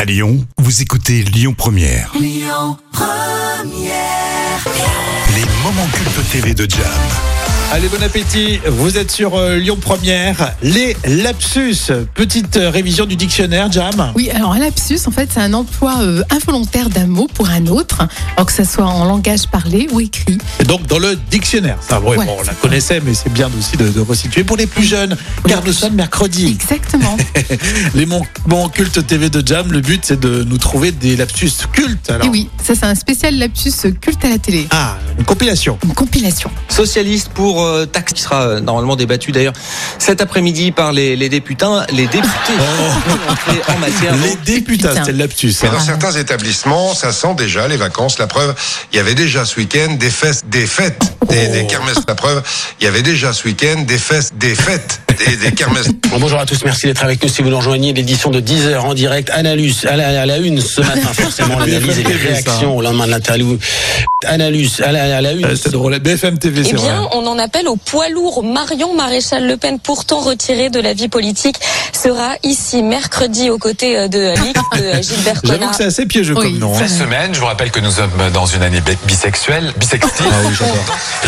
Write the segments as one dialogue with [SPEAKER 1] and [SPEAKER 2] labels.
[SPEAKER 1] À Lyon, vous écoutez Lyon Première. Les moments cultes TV de Jam.
[SPEAKER 2] Allez, bon appétit. Vous êtes sur euh, Lyon Première. Les lapsus. Petite euh, révision du dictionnaire, Jam.
[SPEAKER 3] Oui, alors un lapsus, en fait, c'est un emploi euh, involontaire d'un mot pour un autre, alors que ce soit en langage parlé ou écrit.
[SPEAKER 2] Et Donc, dans le dictionnaire. Ça, ouais,
[SPEAKER 3] Ouais.
[SPEAKER 2] bon, on la connaissait, mais c'est bien aussi de, de resituer pour les plus jeunes. Car nous sommes mercredi.
[SPEAKER 3] Exactement.
[SPEAKER 2] Les mon- moments cultes TV de Jam, le but, c'est de nous trouver des lapsus cultes. Alors.
[SPEAKER 3] Et Eh oui, ça, c'est un spécial lapsus euh, culte à la télé.
[SPEAKER 2] Ah, une compilation.
[SPEAKER 3] Une compilation.
[SPEAKER 4] socialiste pour euh, taxe qui sera euh, normalement débattu d'ailleurs cet après-midi par les, les députés, les députés
[SPEAKER 5] Oh.
[SPEAKER 4] en matière
[SPEAKER 2] Les députés,
[SPEAKER 3] Putain.
[SPEAKER 2] c'est le lapsus.
[SPEAKER 6] Mais
[SPEAKER 2] hein.
[SPEAKER 6] dans certains établissements, ça sent déjà les vacances. La preuve, il y avait déjà ce week-end des fesses, des fêtes, des, des kermesses. La preuve, il y avait déjà ce week-end des fesses, des fêtes, des, des kermesses.
[SPEAKER 7] Bon, bonjour à tous, merci d'être avec nous. Si vous nous rejoignez, l'édition de 10h en direct Analyse à la, à la une ce matin, forcément, l'analyse et les réactions au lendemain de l'interview. Analyse à la, à la une.
[SPEAKER 2] Euh, C'est drôle. BFM TV,
[SPEAKER 8] Eh
[SPEAKER 2] c'est vrai. hein.
[SPEAKER 8] bien, on en appelle au poids lourd. Marion Maréchal Le Pen, pourtant retirée de la vie politique, sera ici mercredi aux côtés euh, de Lick, de Gilbert
[SPEAKER 2] J'avoue que
[SPEAKER 8] Connard.
[SPEAKER 2] c'est assez piégeux
[SPEAKER 3] Oui,
[SPEAKER 2] comme nom.
[SPEAKER 3] ça-
[SPEAKER 2] hein.
[SPEAKER 9] Cette semaine, je vous rappelle que nous sommes dans une année bi- bisexuelle, bisextile.
[SPEAKER 2] Ah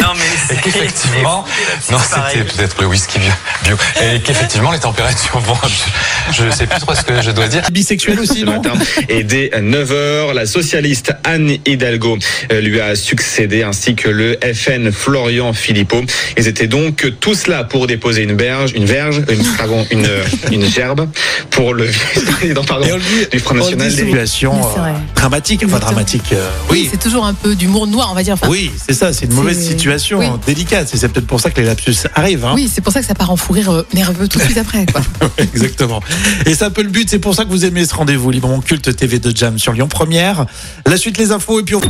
[SPEAKER 5] Non mais
[SPEAKER 9] Et
[SPEAKER 5] c'est-
[SPEAKER 9] qu'effectivement,
[SPEAKER 5] c'est
[SPEAKER 9] non,
[SPEAKER 5] pareil.
[SPEAKER 9] c'était peut-être le whisky bio. bio. Et qu'effectivement, les températures vont. je- Je ne sais plus trop ce que je dois dire.
[SPEAKER 2] Bisexuel aussi, non
[SPEAKER 10] Et dès 9h, la socialiste Anne Hidalgo euh, lui a succédé ainsi que le FN Florian Philippot. Ils étaient donc tous là pour déposer une berge, une verge, une, pardon, une, euh, une gerbe pour le vice-président pardon,
[SPEAKER 2] Et on le dit-
[SPEAKER 10] du Front
[SPEAKER 2] on le dit
[SPEAKER 10] National.
[SPEAKER 2] souvent.
[SPEAKER 10] des-
[SPEAKER 2] Situation,
[SPEAKER 3] Oui, c'est
[SPEAKER 2] euh,
[SPEAKER 3] vrai.
[SPEAKER 2] dramatique, enfin
[SPEAKER 3] Exactement.
[SPEAKER 2] dramatique. euh, oui,
[SPEAKER 3] C'est toujours un peu d'humour noir, on va dire. Enfin,
[SPEAKER 2] oui, c'est ça, c'est une mauvaise
[SPEAKER 3] c'est-
[SPEAKER 2] situation
[SPEAKER 3] oui.
[SPEAKER 2] hein, délicate. Et c'est peut-être pour ça que les lapsus arrivent. hein.
[SPEAKER 3] oui, c'est pour ça que ça part en fou rire euh, nerveux tout de suite après. Quoi.
[SPEAKER 2] Exactement. Et c'est un peu le but. C'est pour ça que vous aimez ce rendez-vous librement culte TV de Jam sur Lyon Première. La suite, les infos et puis on.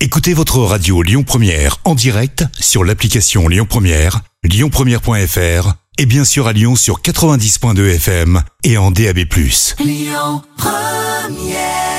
[SPEAKER 1] Écoutez votre radio Lyon Première en direct sur l'application Lyon Première, lyonpremière.fr et bien sûr à Lyon sur 90.2 FM et en DAB+.
[SPEAKER 6] Lyon première.